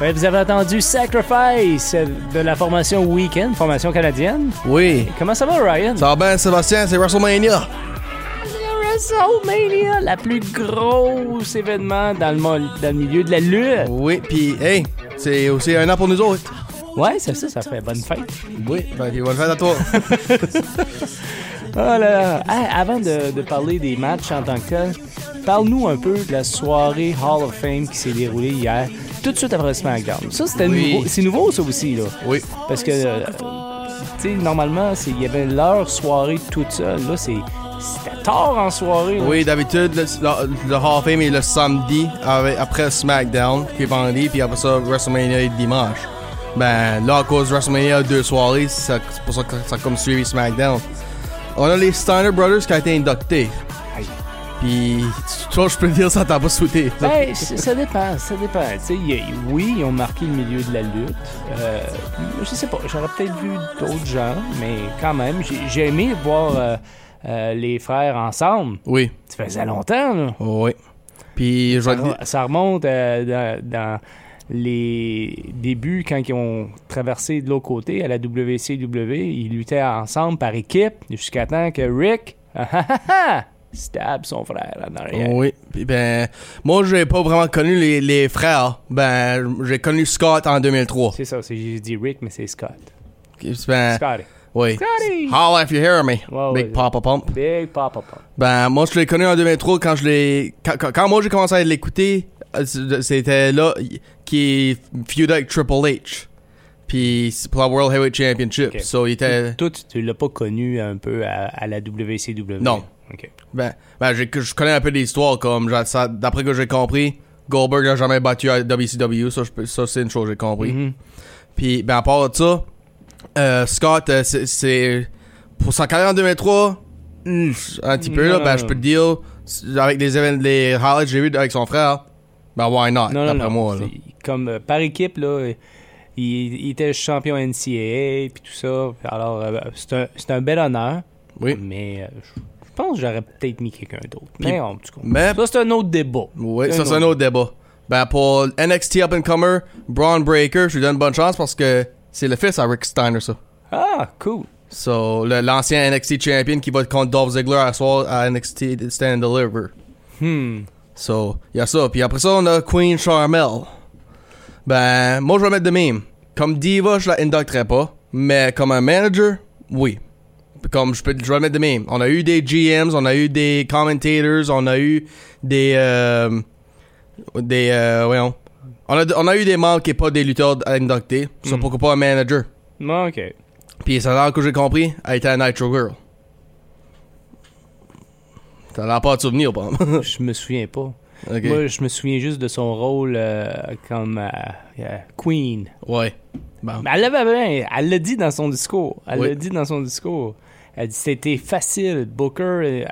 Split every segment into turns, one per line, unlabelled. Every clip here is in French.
Ouais, vous avez entendu Sacrifice de la formation Weekend, formation canadienne.
Oui.
Comment ça va, Ryan?
Ça va bien, Sébastien, c'est WrestleMania.
WrestleMania, la plus grosse événement dans le, mo- dans le milieu de la lutte.
Oui, puis, hey, c'est aussi un an pour nous autres.
Ouais, c'est ça, ça fait bonne fête.
Oui, ben, puis, on va le faire à toi.
Oh là là. Ah, avant de, de parler des matchs en tant que tel, parle-nous un peu de la soirée Hall of Fame qui s'est déroulée hier, tout de suite après SmackDown. Ça, c'était
Oui.
nouveau. C'est nouveau, ça aussi, là.
oui.
Parce que, euh, tu sais, normalement, c'est- il y avait leur soirée toute seule. Là, c'est- c'était tard en soirée. là.
Oui, d'habitude, le, le, le Hall of Fame est le samedi avec- après SmackDown qui est vendredi, puis après ça, WrestleMania est dimanche. Ben là, à cause de WrestleMania, deux soirées, ça- c'est pour ça que ça a comme suivi SmackDown. On a les Steiner Brothers qui ont été inductés.
Aïe.
Puis, tu vois, je peux dire ça, t'as pas sauté.
Ben, c- ça dépend, ça dépend. Tu sais, il y a- oui, ils ont marqué le milieu de la lutte. Euh, je sais pas, j'aurais peut-être vu d'autres gens, mais quand même, j'ai j'ai aimé voir euh, euh, les frères ensemble.
Oui,
Ça faisait longtemps, là.
oui. Puis, je vais te dire-
Ah, Ça, ça remonte euh, dans, dans les débuts, quand ils ont traversé de l'autre côté à la WCW, ils luttaient ensemble par équipe jusqu'à temps que Rick ah, ah, ah, ah, stab son frère en arrière.
Oui, puis ben, moi j'ai pas vraiment connu les, les frères. Ben, j'ai connu Scott en 2003.
C'est ça, c'est- j'ai dit Rick, mais c'est Scott.
Ben,
Scotty.
oui.
Scotty!
Holla if you hear me,
Ouais,
Big
ouais.
Papa Pump.
Big Papa Pump.
Ben, moi, je l'ai connu en 2003 quand je l'ai. Quand, quand- quand moi j'ai commencé à l'écouter, euh, c'était là y- qui feud avec Triple H. Puis c'est pour la World Heavyweight Championship.
Ok.
So, il était.
Toi, tu, tu l'as pas connu un peu à, à la WCW?
Non.
OK.
Ben, ben j'ai- je connais un peu l'histoire, comme genre, ça- d'après que j'ai compris, Goldberg n'a jamais battu à WCW, ça, je peux- ça, c'est une chose que j'ai compris.
Mhm.
Puis, ben, à part de ça, euh, Scott, euh, c'est- c'est. Pour sa carrière en 2003, hum, un petit peu,
Non,
là,
non,
ben,
non.
je peux te dire, c'est- avec les, évén- les highlights que j'ai vu avec son frère, ben, why not,
Non, non,
d'après
non.
moi, là.
C'est- Comme euh, par équipe, là, euh, il, il était champion NCAA puis tout ça. Alors, euh, c'est un, c'est un bel honneur.
Oui.
Mais euh, je je pense que j'aurais peut-être mis quelqu'un d'autre. Mais en tout cas,
mais-
ça, c'est un autre débat.
Oui,
Un
ça, c'est un autre débat. Ben, pour NXT Up and Comer, Braun Breaker, je lui donne bonne chance parce que c'est le fils à Rick Steiner, ça.
Ah, cool.
So, le- l'ancien NXT champion qui va contre Dolph Ziggler à soir à NXT Stand and Deliver.
Hmm.
So, il y a ça. Puis après ça, on a Queen Charmel. Ben, moi, je vais mettre de même. Comme diva, je la inducterai pas. Mais comme un manager, oui. Puis Comme je peux, je vais le mettre de même. On a eu des GMs, on a eu des commentators, on a eu des, euh, des, euh, voyons. On a, on a eu des membres qui n'est pas des lutteurs inductés. So,
Mm.
pourquoi pas un manager?
Bon, OK.
Puis ça a l'air que j'ai compris, elle était à Nitro Girl. T'as l'air pas de souvenir, pas.
je me souviens pas.
Ok.
Moi, je me souviens juste de son rôle euh, comme euh, euh, Queen.
Ouais. Ben, Bon.
Ah. Mais elle l'avait bien. Elle l'a dit dans son discours. Elle
Oui.
l'a dit dans son discours. Elle dit c'était facile. Booker euh,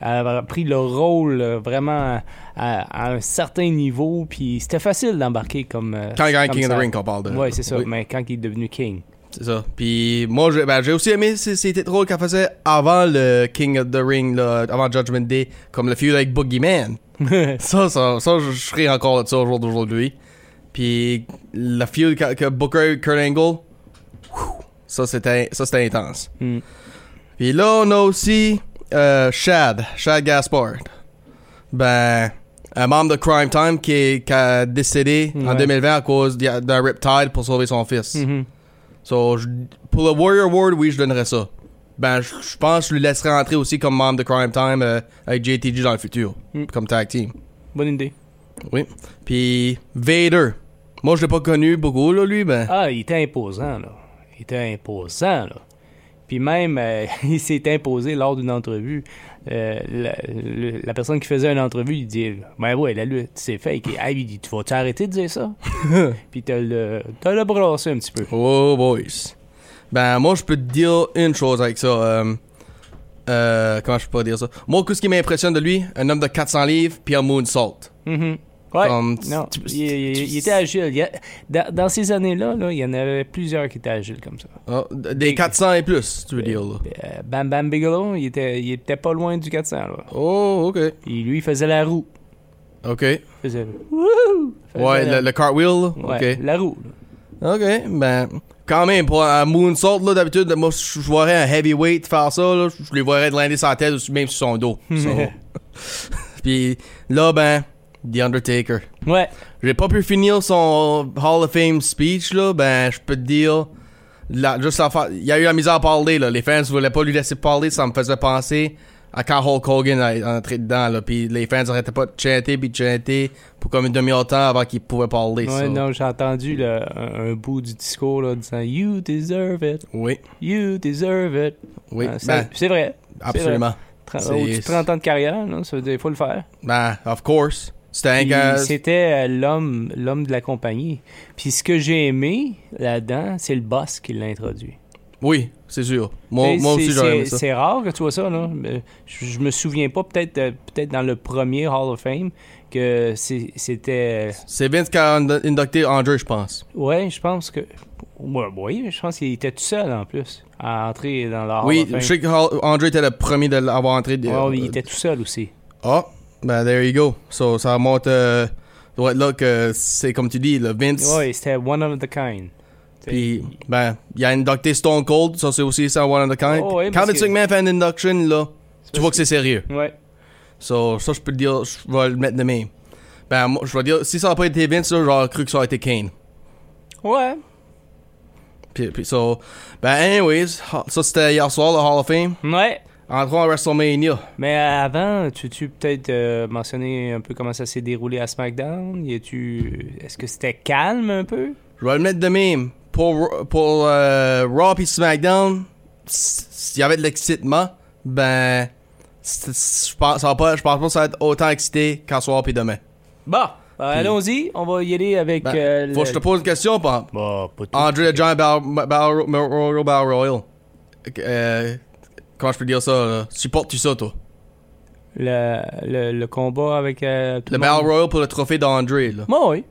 a pris le rôle euh, vraiment à, à un certain niveau. Puis c'était facile d'embarquer comme. euh,
Quand il gagne
comme
King of
ça.
the Ring qu'on parle de.
Ouais, c'est ça.
Oui,
Mais quand il est devenu King.
c'est ça. Puis moi, j'ai ben, j'ai aussi aimé ces, ces titres rôles qu'elle faisait avant le King of the Ring, là, avant Judgment Day, comme le feud avec Boogeyman. ça, ça, ça, je je serais encore de ça au jour d'aujourd'hui. Puis le feud que, que Booker et Kurt Angle, whew, ça c'était ça, c'était intense.
Hmm.
Puis là, on a aussi euh, Shad, Shad Gaspard. Ben, un membre de Crime Time qui, est- qui a décédé en
Ouais.
2020 à cause d'y- d'un riptide pour sauver son fils.
Mhm.
So, je- pour le Warrior Award, oui, je donnerais ça. Ben, je je pense que je lui laisserai entrer aussi comme membre de Crime Time euh, avec JTG dans le futur,
Mm.
comme tag team.
Bonne idée.
Oui. Puis Vader. Moi, je l'ai pas connu beaucoup, là, lui, ben.
Ah, il était imposant, là. Il était imposant, là. Puis même, euh, il s'est imposé lors d'une entrevue. Euh, la, le- la personne qui faisait une entrevue, il dit Ben ouais, la lutte, c'est fake. Et, ah, il dit Tu vas-tu arrêter de dire ça Puis t'as le, t'as le brassé un petit peu.
Oh, boys. Ben, moi, je peux te dire une chose avec ça. euh, euh, comment je peux pas dire ça? Moi, ce qui m'impressionne de lui, un homme de 400 livres, puis un moonsault.
Mhm. Ouais.
Comme-
non,
tu-
il, il- il était agile. Il y a- dans, dans ces années-là, là, il y en avait plusieurs qui étaient agiles comme ça.
Ah, d- des 400 et plus, tu veux dire, là.
Euh, Bam Bam Bigelow, il était, il était pas loin du 400. Là.
Oh, ok.
Puis lui, il faisait la roue.
Ok.
Il faisait Wouhou! Wouh! Fait
Ouais,
que, euh,
le, le cartwheel, là.
ouais,
ok.
la roue. là.
Ok, ben, quand même, pour un moonsault, là, d'habitude, moi, je je verrais un heavyweight faire ça, là, je les verrais de l'un sa tête, ou même sur son dos. So. Puis là, ben, The Undertaker.
Ouais,
J'ai pas pu finir son Hall of Fame speech, là, ben, je peux te dire, la, juste la fa- il y a eu la misère à parler, là, les fans voulaient pas lui laisser parler, ça me faisait penser à quand Hulk Hogan a- est entré dedans, là, puis les fans arrêtaient pas de chanter, puis de chanter, pour comme une demi-heure de temps avant qu'il pouvait parler,
ouais,
so.
non, j'ai entendu là, un, un bout du discours là, disant You deserve it,
Oui,
you deserve it.
oui,
Ah, c'est
ben,
c'est vrai.
absolument.
Tra-
C'est-
Au-dessus de 30 ans de carrière, là, ça veut dire, il faut le faire.
Ben, of course. C'était un
Puis
Ben, gars-
C'était euh, l'homme l'homme de la compagnie. Puis ce que j'ai aimé là-dedans, c'est le boss qui l'a introduit.
Oui, c'est sûr. Moi,
Tu sais,
moi
c'est-
aussi, j'aurais aimé
c'est-
ça.
C'est rare que tu vois ça, là. Euh, Je, je me souviens pas, peut-être euh, peut-être dans le premier Hall of Fame, que c'est- c'était... euh,
C'est Vince qui a ind- inducté André, je pense.
Ouais, je pense que... Ouais, oui, je pense qu'il était tout seul, en plus, à entrer dans le Hall
oui,
of Fame.
je sais que Hall- André était le premier de l'avoir entré. euh, de-
Ouais, Ah, Oh, il était tout seul aussi.
Ah, ben, there you go. So, ça remonte. Euh, doit être là que c'est comme tu dis, le Vince.
Ouais, c'était one of the kind. Tu sais.
Puis, ben, il a inducté Stone Cold, ça c'est aussi ça, One of the Kind.
Oh, ouais,
Quand
parce
Vince
que-
McMahon fait une induction, là, tu vois que c'est sérieux.
Ouais.
So, ça, je peux te dire, je vais le mettre de même. Ben, moi, je vais dire, si ça n'aurait pas été Vince, là, j'aurais cru que ça aurait été Kane.
Ouais.
Puis, puis so, ben, anyways, ha- ça c'était hier soir, le Hall of Fame.
Ouais.
Entrons à WrestleMania.
Mais avant, tu tu peut-être euh, mentionner un peu comment ça s'est déroulé à SmackDown? Y tu Est-ce que c'était calme un peu?
Je vais le mettre de même. Pour, pour euh, Raw et SmackDown, s'il y avait de l'excitement, ben, c'est- c'est- je pense, ça va pas, je pense pas que ça va être autant excité qu'en soir puis demain.
Bah, allons-y, on va y aller avec.
Ben,
euh, le-
faut que je te pose une question, Pam.
Bah, pas tout.
André the Giant Battle Battle- Battle- Battle Royal. Euh, comment je peux dire ça? là? Supportes-tu ça, toi?
Le, le, le combat avec. euh, tout
Le
monde.
Battle Royal pour le trophée d'André, là.
Moi, oui.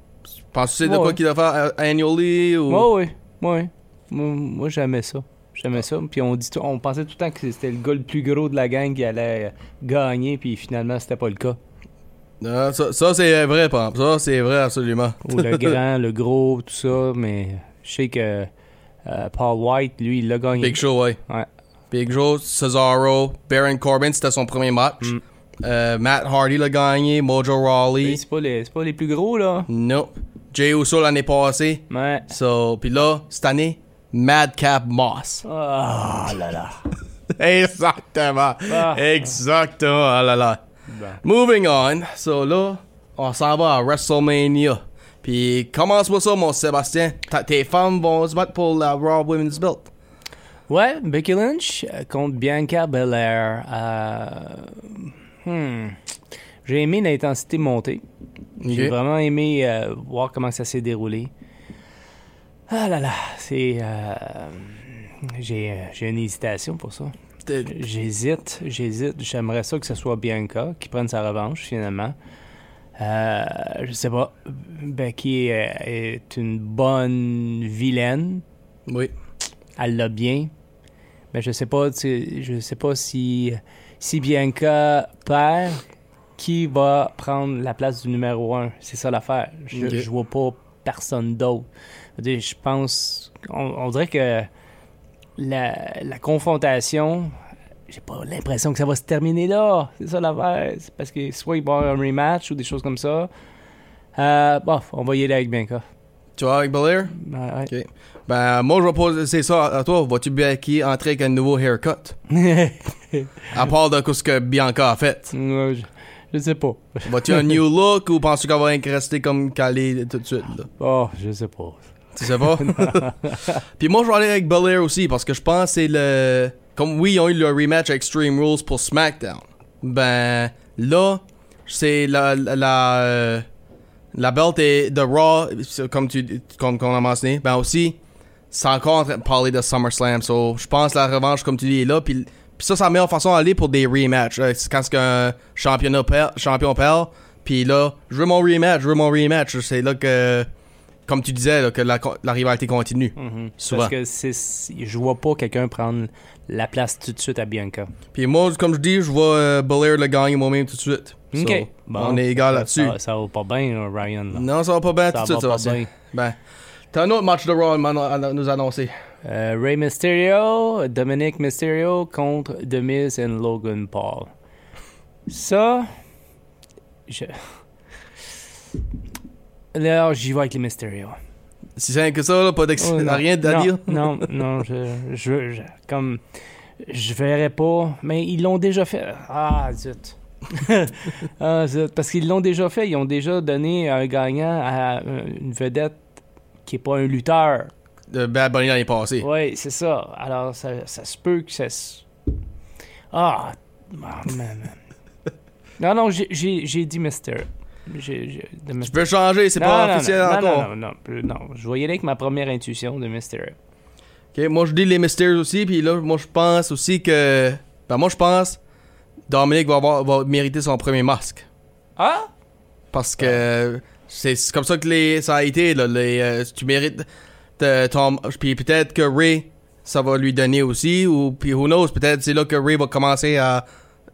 Penses-tu que c'est de
Ouais,
quoi
ouais.
qu'il doit faire euh, annually ou...
Moi, oui. Moi, oui. Moi, moi, j'aimais ça. J'aimais ça. Puis on, dit, tout- on pensait tout le temps que c'était le gars le plus gros de la gang qui allait euh, gagner, puis finalement, c'était pas le cas.
Non, ça, ça, c'est vrai, Pam. Ça, c'est vrai, absolument.
Ou le grand, le gros, tout ça, mais je sais que euh, Paul White, lui, il l'a gagné.
Big Show, ouais.
Ouais.
Big Show, Cesaro, Baron Corbin, c'était son premier match.
Mm.
Euh, Matt Hardy l'a gagné, Mojo
Mais
Rawley.
C'est pas, les, c'est pas les plus gros, là.
Nope. Jey Uso l'année passée.
Mais.
So, puis là, cette année, Madcap Moss.
Ah là là.
Exactement.
Ah.
Exactement. Ah là là. Moving on. So là, on s'en va à WrestleMania. Puis commence-moi ça, mon Sébastien. Ta- tes femmes vont se battre pour la Raw Women's Belt.
Ouais, Becky Lynch euh, contre Bianca Belair. Euh, hmm. J'ai aimé l'intensité montée. J'ai
Ok.
vraiment aimé euh, voir comment ça s'est déroulé. Ah là là, c'est. euh, j'ai euh, j'ai une hésitation pour ça.
T'es-
J'hésite, j'hésite. J'aimerais ça que ce soit Bianca qui prenne sa revanche finalement. Euh, je sais pas. Becky euh, est une bonne vilaine.
Oui.
Elle l'a bien. Mais je sais pas. tu sais, Je sais pas si si Bianca perd, qui va prendre la place du numéro un. C'est ça l'affaire. Je,
Ok.
je vois pas personne d'autre. Je veux dire, je pense. On, on dirait que la, la confrontation, j'ai pas l'impression que ça va se terminer là. C'est ça l'affaire. C'est parce que soit il va y avoir un rematch ou des choses comme ça. Euh, bof, on va y aller avec Bianca.
Tu vas avec Belair?
Ouais,
Ok. Ben, moi, je vais poser c'est ça à à toi. Vas-tu Becky entrer avec un nouveau haircut?
ouais.
À part de ce que Bianca a fait.
Ouais, je, je sais pas.
Vas-tu un new look ou penses-tu qu'elle va rester comme qu'elle est tout de suite? Là?
Oh, je sais pas.
Tu sais pas? Puis moi, je vais aller avec Belair aussi parce que je pense que c'est le. Comme oui, ils ont eu le rematch à Extreme Rules pour SmackDown. Ben, là, c'est la. La, la, euh, la belt est de Raw, c'est comme tu comme, comme on a mentionné. Ben aussi, c'est encore en train de parler de SummerSlam. So, je pense que la revanche, comme tu dis, est là. Puis puis ça, c'est la meilleure façon d'aller pour des rematchs. Euh, c'est quand c'est qu'un championnat perd- champion perd. Puis là, je veux mon rematch, je veux mon rematch. C'est là que comme tu disais, là, que la, co- la rivalité continue.
Mhm.
Mm-hmm. Souvent.
Parce que c'est- je vois pas quelqu'un prendre la place tout de suite à Bianca.
Puis moi, comme je dis, je vois euh, Belair le gagner moi-même tout de suite. So,
Ok. Bon.
On est égal
Ça-
là-dessus.
Ça, ça va pas bien, là, Ryan. là.
Non, ça va pas
Ça
bien tout de suite,
va
ça
pas
va ça.
bien.
Ben, t'as un autre match de Raw à m'anno- à nous annoncer.
Euh, Ray Mysterio, Dominic Mysterio contre The Miz et Logan Paul. Ça, je... Alors, j'y vais avec les Mysterio.
Si c'est rien que ça, là, pas d'ex-
Ouais, non,
rien à
Oh, non,
dire.
Non, non, je, je, je- comme je verrais pas, mais ils l'ont déjà fait. Ah zut. Ah, zut. Parce qu'ils l'ont déjà fait, ils ont déjà donné un gagnant à euh, une vedette qui est pas un lutteur.
De Bad Bunny l'année passée.
Oui, c'est ça. Alors, ça, ça se peut que ça se... Ah, ah, man, man. Non, non, j'ai- j'ai j'ai dit Mysterio. J'ai- j'ai- de
Tu
Mysterio.
peux changer, c'est
Non,
pas
non,
officiel
non,
encore.
Non, non, non, non, non. Je voyais là avec ma première intuition de Mysterio.
Ok, moi je dis les Mysteries aussi, puis là, moi je pense aussi que. Ben, moi je pense Dominic va, avoir, va mériter son premier masque.
Ah!
Parce que c'est c'est comme ça que les, ça a été. Là, les, euh, tu mérites te- ton. Puis peut-être que Ray, ça va lui donner aussi. Ou puis who knows, peut-être c'est là que Ray va commencer à.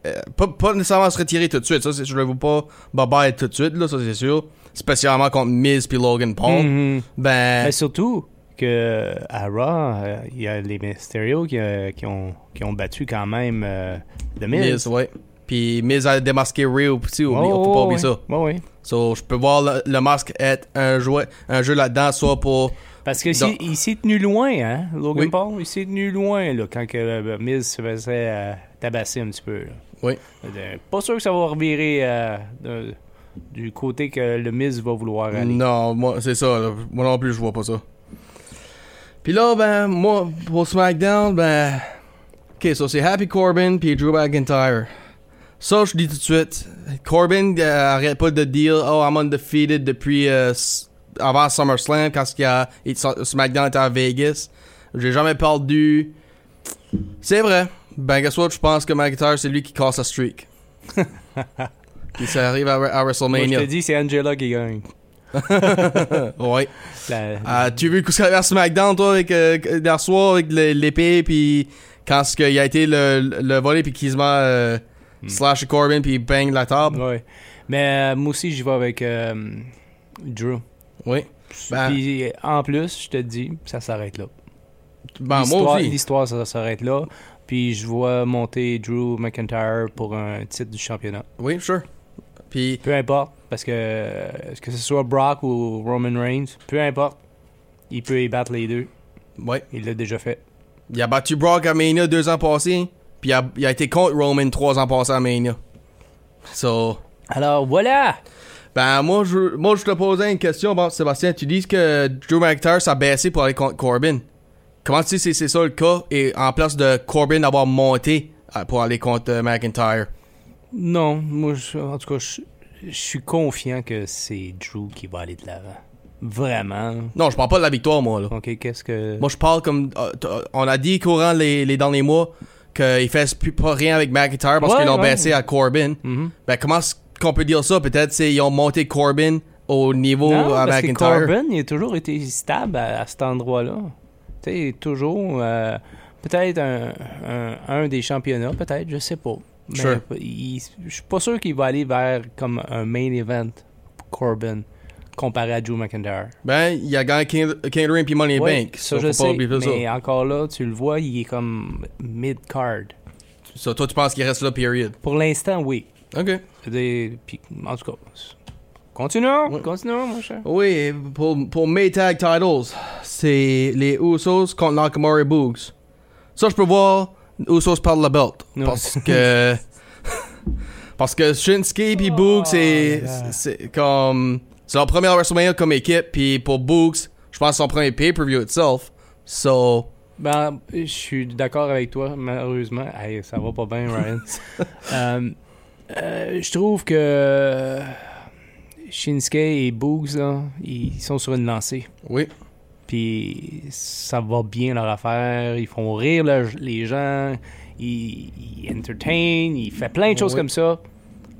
euh, pas, pas nécessairement se retirer tout de suite. Ça, c'est- je le vois pas bye bye tout de suite, là, ça c'est sûr. Spécialement contre Miz puis Logan Paul.
Mhm.
Ben.
Mais surtout que à Raw, euh, il y a les Mysterio qui, euh, qui ont, qui ont battu quand même euh, The Miz.
Miz, ouais. Puis Miz a démasqué Ray aussi.
Oh,
oublie- on peut pas
oh,
oublier
oui.
ça.
Oui, oui.
So, je peux voir le, le masque être un, jouet, un jeu là-dedans, soit pour.
Parce que
Donc-
s'il- il s'est tenu loin, hein, Logan
Oui.
Paul, il s'est tenu loin là, quand que, euh, Miz se faisait euh, tabasser un petit peu. là.
Oui.
Euh, Pas sûr que ça va revirer euh, de- du côté que le Miz va vouloir aller.
Non, moi, c'est ça. là. Moi non plus, je vois pas ça. Puis là, ben, moi, pour SmackDown, ben. Ok, so c'est Happy Corbin puis Drew McIntyre. Ça, je dis tout de suite. Corbin euh, arrête pas de dire, oh, I'm undefeated depuis euh, s- avant SummerSlam quand il y a, il- SmackDown était à Vegas. J'ai jamais perdu. C'est vrai. Ben, guess what, je pense que McIntyre, c'est lui qui casse la streak. Puis ça arrive à, à
Moi, je
WrestleMania.
te dis, c'est Angela qui gagne.
ouais.
La-
Ah, tu as vu ce qu'il y avait à SmackDown, toi, avec, euh, d'hier soir, avec le- l'épée, puis quand ce que- il a été le, le- le volet, puis quasiment euh,
Hmm.
slash Corbin, puis bang la table.
Ouais. Mais euh, moi aussi, j'y vais avec euh, Drew.
Oui. Ben-
Puis en plus, je te dis, ça s'arrête là.
Ben, moi
L'histoire-
aussi.
L'histoire, ça s'arrête là. Puis je vois monter Drew McIntyre pour un titre du championnat.
Oui, sure. Puis,
Peu importe, parce que euh, que ce soit Brock ou Roman Reigns, peu importe, il peut y battre les deux.
ouais.
Il l'a déjà fait.
Il a battu Brock à Mania deux ans passés, puis il a, il a été contre Roman trois ans passés à Mania. So.
Alors voilà!
Ben, moi, je, moi, je te posais une question, bon, Sébastien. Tu dis que Drew McIntyre s'est baissé pour aller contre Corbin. Comment tu sais si c'est ça le cas et en place de Corbin avoir monté euh, pour aller contre euh, McIntyre?
Non, moi, je- en tout cas, je, je suis confiant que c'est Drew qui va aller de l'avant. Vraiment.
Non, je parle pas de la victoire, moi, là.
Ok, qu'est-ce que.
Moi, je parle comme. euh, t- euh, on a dit courant les, les derniers mois qu'il fasse plus pas rien avec McIntyre parce
Ouais,
qu'ils l'ont
ouais.
baissé à Corbin.
Mhm.
Ben, comment est-ce qu'on peut dire ça? Peut-être c'est ils ont monté Corbin au niveau
non,
à
parce que
McIntyre.
Corbin, il a toujours été stable à, à cet endroit-là. Tu sais, il est toujours euh, peut-être un, un- un des championnats, peut-être, je sais pas. Mais
Sure.
il- je suis pas sûr qu'il va aller vers comme un main event pour Corbin comparé à Drew McIntyre.
Ben, il a gagné King, King Ring puis Money in
Ouais,
Bank.
ça
So,
je
faut pas
sais,
oublier Eh ça.
mais encore là, tu le vois, il est comme mid-card.
So, toi, tu penses qu'il reste là, period.
Pour l'instant, oui.
OK.
Je veux dire, puis, en tout cas, continuons,
Ouais.
continuons, mon cher.
Oui, et pour, pour mes tag titles, c'est les Usos contre Nakamura et Boogs. Ça, je peux voir Usos perdre la belt.
Ouais.
Parce que. parce que Shinsuke et Boogs, c'est
Oh là là.
c'est comme. C'est leur première WrestleMania comme équipe. Puis pour Boogs, je pense que c'est son premier pay-per-view itself. So.
Ben, je suis d'accord avec toi, malheureusement. Hey, ça va pas bien, Ryan. Euh, euh, je trouve que Shinsuke et Boogs, là, ils sont sur une lancée.
Oui.
Puis ça va bien leur affaire. Ils font rire le- les gens. Ils, ils entertain. Ils font plein de choses
Oui.
comme ça.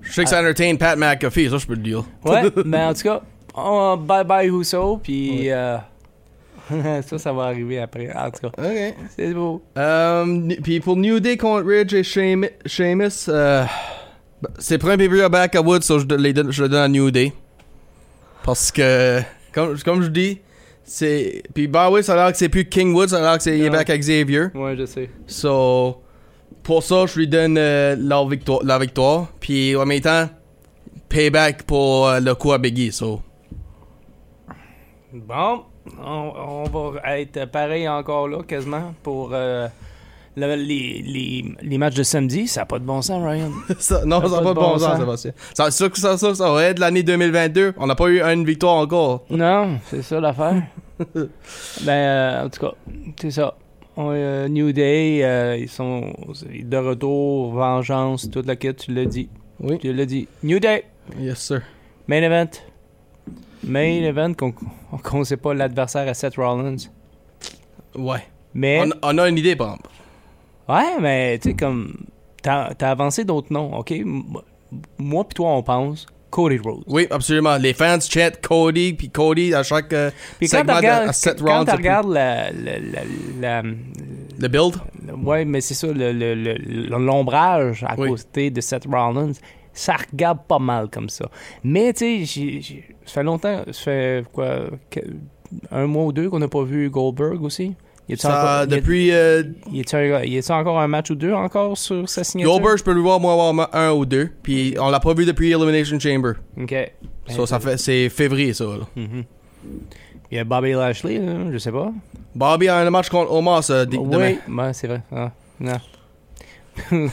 Je sais que ça entertain Pat McAfee, ça, je peux le dire.
Ouais, mais ben, en tout cas, Oh, bye bye Rousseau, puis euh, ça, ça va arriver après. En tout cas,
OK.
c'est beau.
Um, puis pour New Day contre Ridge et Sheamus, Sheamus, euh, bah, c'est le premier pay-per-view à Backwood, so je, don- les donne- je le donne à New Day. Parce que, comme, comme je dis, c'est. Puis bah oui, ça a l'air que c'est plus King Wood, ça a l'air que c'est il est
Non.
back à Xavier.
Ouais, je sais.
So, pour ça, je lui donne euh, leur victoire, la victoire. Puis en même temps, payback pour euh, le coup à Biggie, so.
Bon, on, on va être pareil encore là, quasiment, pour euh, le- les, les- les matchs de samedi. Ça n'a pas de bon sens, Ryan.
Ça- non, ça n'a pas de bon sens, Sébastien. Ça, sûr que ça, ça, ça va être l'année 2022. On n'a pas eu une victoire encore.
non, c'est ça l'affaire. ben, euh, en tout cas, c'est ça. On, euh, New Day, euh, ils sont de retour, vengeance, toute la quête, tu l'as dit.
Oui.
Tu l'as dit. New Day,
Yes, sir.
main event. Main
Mm.
event qu'on qu'on ne sait pas l'adversaire à Seth Rollins.
Ouais.
Mais.
On, on a une idée, par exemple.
Ouais, mais tu sais, comme. T'as t'as avancé d'autres noms, OK? M- Moi pis toi, on pense Cody Rhodes.
Oui, absolument. Les fans chantent Cody, puis Cody à chaque euh,
Puis quand tu
segment de,
regardes,
à sept
quand
rounds.
t'en
c'est
regardes la, la, la- la-
plus- Le build.
la- Ouais, mais c'est ça, le- le- le- le- l'ombrage à
Oui.
côté de Seth Rollins, ça regarde pas mal comme ça. Mais tu sais, j'ai- j'ai- ça fait longtemps, ça fait quoi, que- un mois ou deux qu'on n'a pas vu Goldberg aussi? Y a-t-il
Ça,
encore- y a-
depuis euh,
y a-t-il- y a-t-il encore un match ou deux encore sur sa signature?
Goldberg, je peux le voir, moi, avoir un ou deux. Puis on l'a pas vu depuis Elimination Chamber.
OK. Ben,
So, ça fait, c'est février, ça. là.
Mhm. Il y a Bobby Lashley, là, je sais pas.
Bobby a un match contre Omar ça, d- demain.
oui, ben, c'est vrai. Ah, non.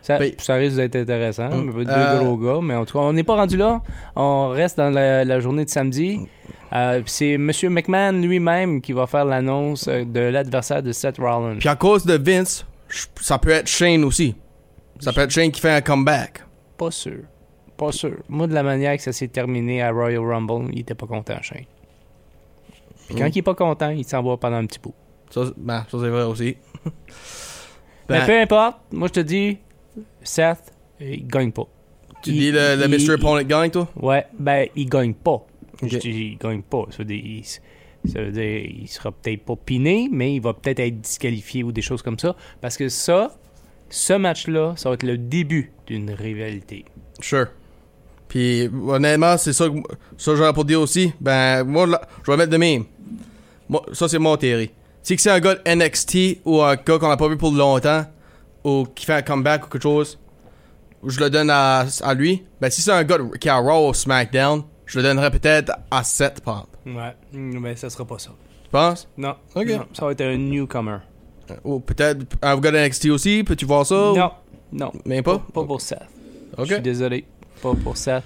ça,
Ben-
ça risque d'être intéressant.
Mm.
Deux
Euh,
gros gars, mais en tout cas, on n'est pas rendu là. On reste dans la, la journée de samedi. Euh, puis c'est M. McMahon lui-même qui va faire l'annonce euh, de l'adversaire de Seth Rollins.
Puis à cause de Vince, je- ça peut être Shane aussi. Ça peut être Shane qui fait un comeback.
Pas sûr. Pas sûr. Moi, de la manière que ça s'est terminé à Royal Rumble, il était pas content, Shane. Puis quand
Mm.
il est pas content, il s'en va pendant un petit bout.
Ça, c'est- ben, ça, c'est vrai aussi.
Mais
Ben,
peu importe, moi je te dis, Seth, il gagne pas.
tu
il-
dis le, le
il-
Mr. Opponent gagne, toi?
Ouais, ben il gagne pas.
Ok.
Je dis, il gagne pas. Ça veut dire, il, s- ça veut dire, il sera peut-être pas piné, mais il va peut-être être disqualifié ou des choses comme ça. Parce que ça, ce match-là, ça va être le début d'une rivalité.
Sure. Puis honnêtement, c'est ça que ça que j'aurais pour dire aussi. Ben moi là, je vais mettre de même. Moi, ça c'est mon théorie. Si que c'est un gars de NXT ou un gars qu'on n'a pas vu pour longtemps ou qui fait un comeback ou quelque chose, je le donne à, à lui. Ben si c'est un gars de- qui est à Raw ou SmackDown, je le donnerais peut-être à 7 par exemple.
Ouais, mais ça sera pas ça.
Tu penses?
Non.
Ok.
Non, ça va être un newcomer.
Ou peut-être un gars de NXT aussi, peux-tu voir ça? ou-
Non, non.
Mais pas?
Pas pour Seth. Je
Ok.
suis désolé. Pas pour Seth.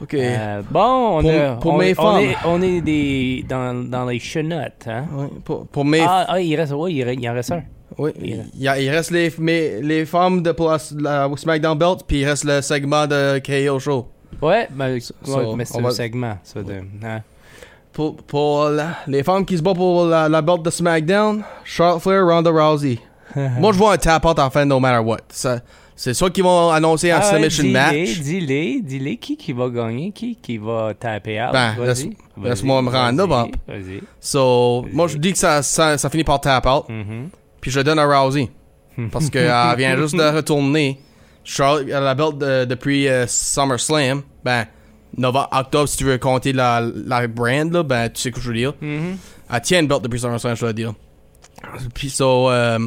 Ok.
Euh, bon, on,
Pour-
a-
pour
on-
mes
on
femmes.
est, on est des, dans, dans les chenottes. Hein?
Ouais, pour, pour mes
Ah, ah, il reste, oui, il, re- il en reste un.
Oui,
Il-
il, y a- il reste les, mais, les femmes de, pour la, la SmackDown Belt, puis il reste le segment de KO Show.
Ouais, ben,
ça,
ouais, mais c'est
on
un
va-
segment. Ça, de, hein.
Pour, pour la- les femmes qui se battent pour la, la belt de SmackDown, Charlotte Flair, Ronda Rousey. Moi, je vois un tap-out en fin, no matter what. Ça- C'est soit qu'ils vont annoncer un
Ah ouais,
submission
dis-les,
match.
Dis-les, dis-les qui, qui va gagner, qui, qui va taper out.
Ben,
Vas-y,
laisse-
vas-y,
laisse-moi me rendre là, ben.
vas-y,
bon.
Vas-y.
So, moi, je dis que ça, ça, ça finit par tap-out,
Mhm.
puis je le donne à Rousey. Parce qu'elle vient juste de retourner. Charlotte, elle a la belt de- depuis euh, SummerSlam. Ben, Nova, octobre, si tu veux compter la, la brand, là, ben, tu sais ce que je veux dire.
Mhm.
Elle tient une belt depuis SummerSlam, je dois dire. Puis, so, euh,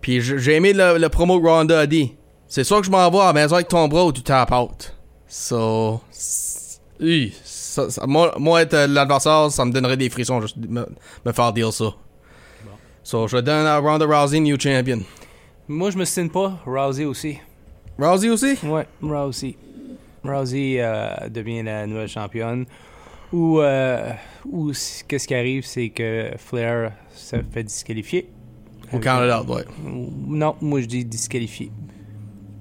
puis j- j'ai aimé le, le promo que Ronda a dit. C'est soit que je m'en vais à la maison avec ton bras ou tu tap out. So, c'est- oui, ça- ça- moi, moi, être euh, l'adversaire, ça me donnerait des frissons juste de me, me faire dire ça. So, je donne à Ronda Rousey new champion.
Moi, je me signe pas. Rousey aussi.
Rousey aussi?
Ouais, Rousey. Rousey euh, devient la nouvelle championne. Ou, euh, ou c- qu'est-ce qui arrive, c'est que Flair se fait disqualifier. Euh,
Au Canada, ouais.
Non, moi je dis disqualifié.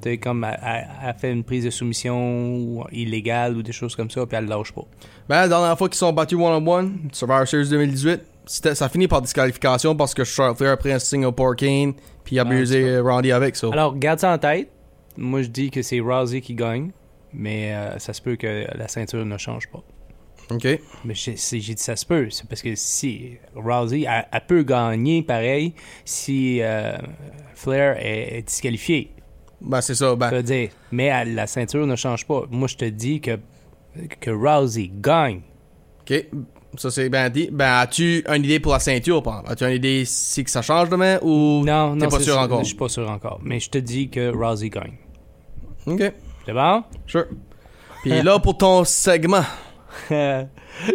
Tu sais, comme elle, elle- elle fait une prise de soumission ou illégale ou des choses comme ça, puis elle lâche pas.
Ben, la dernière fois qu'ils sont battus one-on-one, Survivor Series 2018, c'était- ça finit par disqualification parce que Charlotte Flair a pris un Singapore Kane, puis il a
Ah,
abusé
c'est
euh, Randy avec, ça.
Alors, garde ça en tête. Moi je dis que c'est Rousey qui gagne, mais euh, ça se peut que la ceinture ne change pas.
OK.
Mais j'ai c'est- j'ai dit ça se peut. C'est parce que si Rousey a, a peut gagner pareil si euh, Flair est, est disqualifié.
Ben, c'est ça.
Ça
Ben,
veut dire, mais elle- la ceinture ne change pas. Moi, je te dis que, que Rousey gagne.
OK. Ça, c'est bien dit. Ben, as-tu une idée pour la ceinture, par exemple? As-tu une idée si que ça change demain ou
Non,
t'es
non,
pas
c'est
sûr
ça.
encore?
Je suis pas sûr encore. Mais je te dis que Rousey gagne.
OK.
C'est bon?
Sure. Puis là, pour ton segment.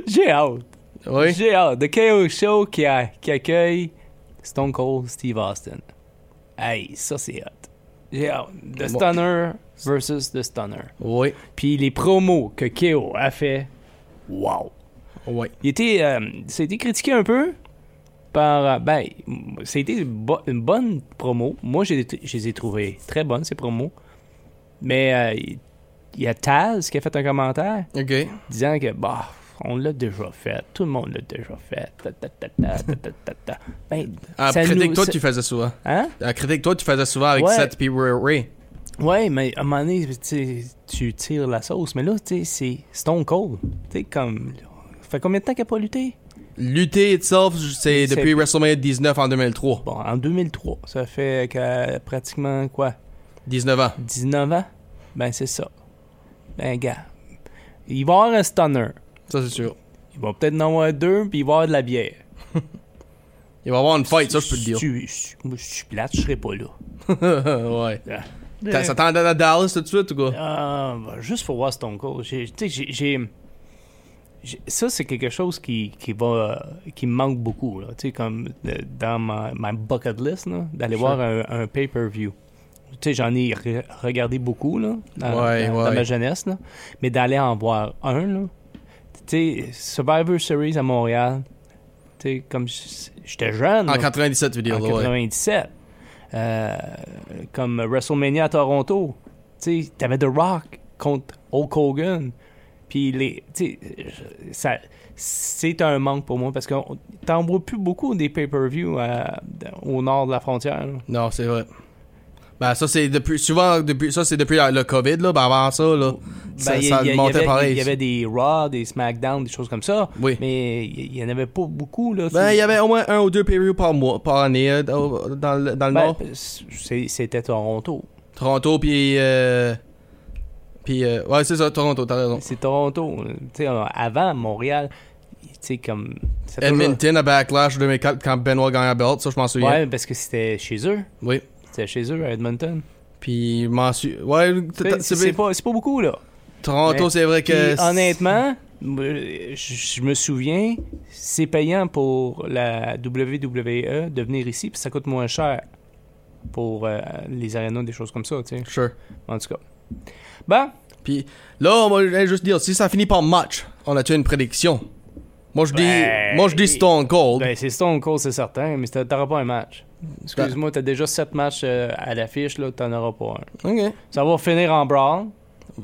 J'ai hâte.
Oui.
J'ai hâte. The KO Show qui, a- qui accueille Stone Cold Steve Austin. Hey, ça c'est hot. J'ai hâte. The
Bon.
Stunner versus The Stunner.
Oui.
Puis les promos que KO a fait. Wow.
Oui.
Il était, euh, ça a été critiqué un peu par. euh, Ben, m- ça a été une, bo- une bonne promo. Moi, je les- je les ai trouvées très bonnes, ces promos. Mais euh, il y a Taz qui a fait un commentaire
OK.
disant que bah on l'a déjà fait, tout le monde l'a déjà fait. Ta, ta, ta, ta, ta, ta, ta, ta. Ben,
Ah,
ça nous-
critique-toi,
ça-
tu faisais souvent.
hein?
Ah, critique-toi, tu faisais souvent avec
Ouais.
Seth puis Ray- Ray.
Ouais, mais à un moment donné, tu sais, tu tires la sauce, mais là, tu sais, c'est Stone Cold. Tu sais, comme. Ça fait combien de temps qu'il n'a pas lutté?
Lutter itself, c'est
C'est-
depuis WrestleMania 19 en 2003.
Bon, en 2003, ça fait que, pratiquement quoi?
19 ans.
19 ans? Ben, c'est ça. Ben, gars, il va y avoir un stunner.
Ça, c'est sûr.
Il va peut-être en avoir deux, puis il va y avoir de la bière.
Il va y avoir une fight, ça, je peux te dire.
Si- si- moi, si je suis plate, je serai pas là.
ouais. T'as- Ça t'en donne à Dallas tout de suite ou quoi?
Ah, bah, juste pour voir Stone Cold. J'ai- Tu sais, j'ai- j'ai. j'ai- Ça, c'est quelque chose qui, qui va. euh, qui me manque beaucoup. là. Tu sais, comme euh, dans ma, ma bucket list, là, d'aller
Sure.
voir un, un pay-per-view. Tu sais, j'en ai re- regardé beaucoup, là, dans,
Ouais,
dans-
ouais.
dans ma jeunesse, là. Mais d'aller en voir un, là. Tu sais, Survivor Series à Montréal. Tu sais, comme j- j'étais jeune.
En
là.
97, tu veux dire,
En
là, ouais.
97. Euh, comme WrestleMania à Toronto. Tu sais, t'avais The Rock contre Hulk Hogan. Puis les. Tu sais, je- ça- c'est un manque pour moi parce que on- t'en vois plus beaucoup des pay-per-view à- au nord de la frontière. là.
Non, c'est vrai. Ben, ça, c'est depuis. Souvent, depuis, ça, c'est depuis la- le COVID, là. Ben, avant ça, là. ça
Ben, il y-
ça
il y, il y
montait
avait-
pareil.
Il y avait des Raw, des SmackDown, des choses comme ça.
Oui.
Mais il y, il y en avait pas beaucoup. Là,
Ben,
C'est-
il y avait au moins un ou deux pay par mois, par année, euh, dans, dans le dans
Ben,
le Nord.
c'est- c'était Toronto.
Toronto, puis. euh, puis. euh, ouais, c'est ça, Toronto, t'as raison.
C'est Toronto. Tu sais, euh, avant, Montréal, tu sais, comme. ça toujours-
Edmonton à Backlash 2004 quand Benoit gagne la belt, ça, je m'en souviens.
Ouais, parce que c'était chez eux.
Oui.
C'était chez eux à Edmonton.
Puis, je m'en suis. Ouais,
Tu
t'as-
sais,
t'as-
C'est c'est pas, c'est pas beaucoup, là.
Toronto,
Mais-
c'est vrai
Puis,
que. c'est-
honnêtement, euh, je je me souviens, c'est payant pour la WWE de venir ici, puis ça coûte moins cher pour euh, les arénas, des choses comme ça, tu sais.
Sure.
En tout cas. Ben,
Puis là, moi, je vais juste dire, si ça finit par match, on a-tu une prédiction? Moi, je dis,
Ben,
moi, je dis Stone Cold. Ben,
ben, c'est Stone Cold, c'est certain, mais t'as- t'auras pas un match. Excuse-moi, t'as déjà sept matchs euh, à l'affiche, là, t'en auras pas un.
OK.
Ça va finir en brawl,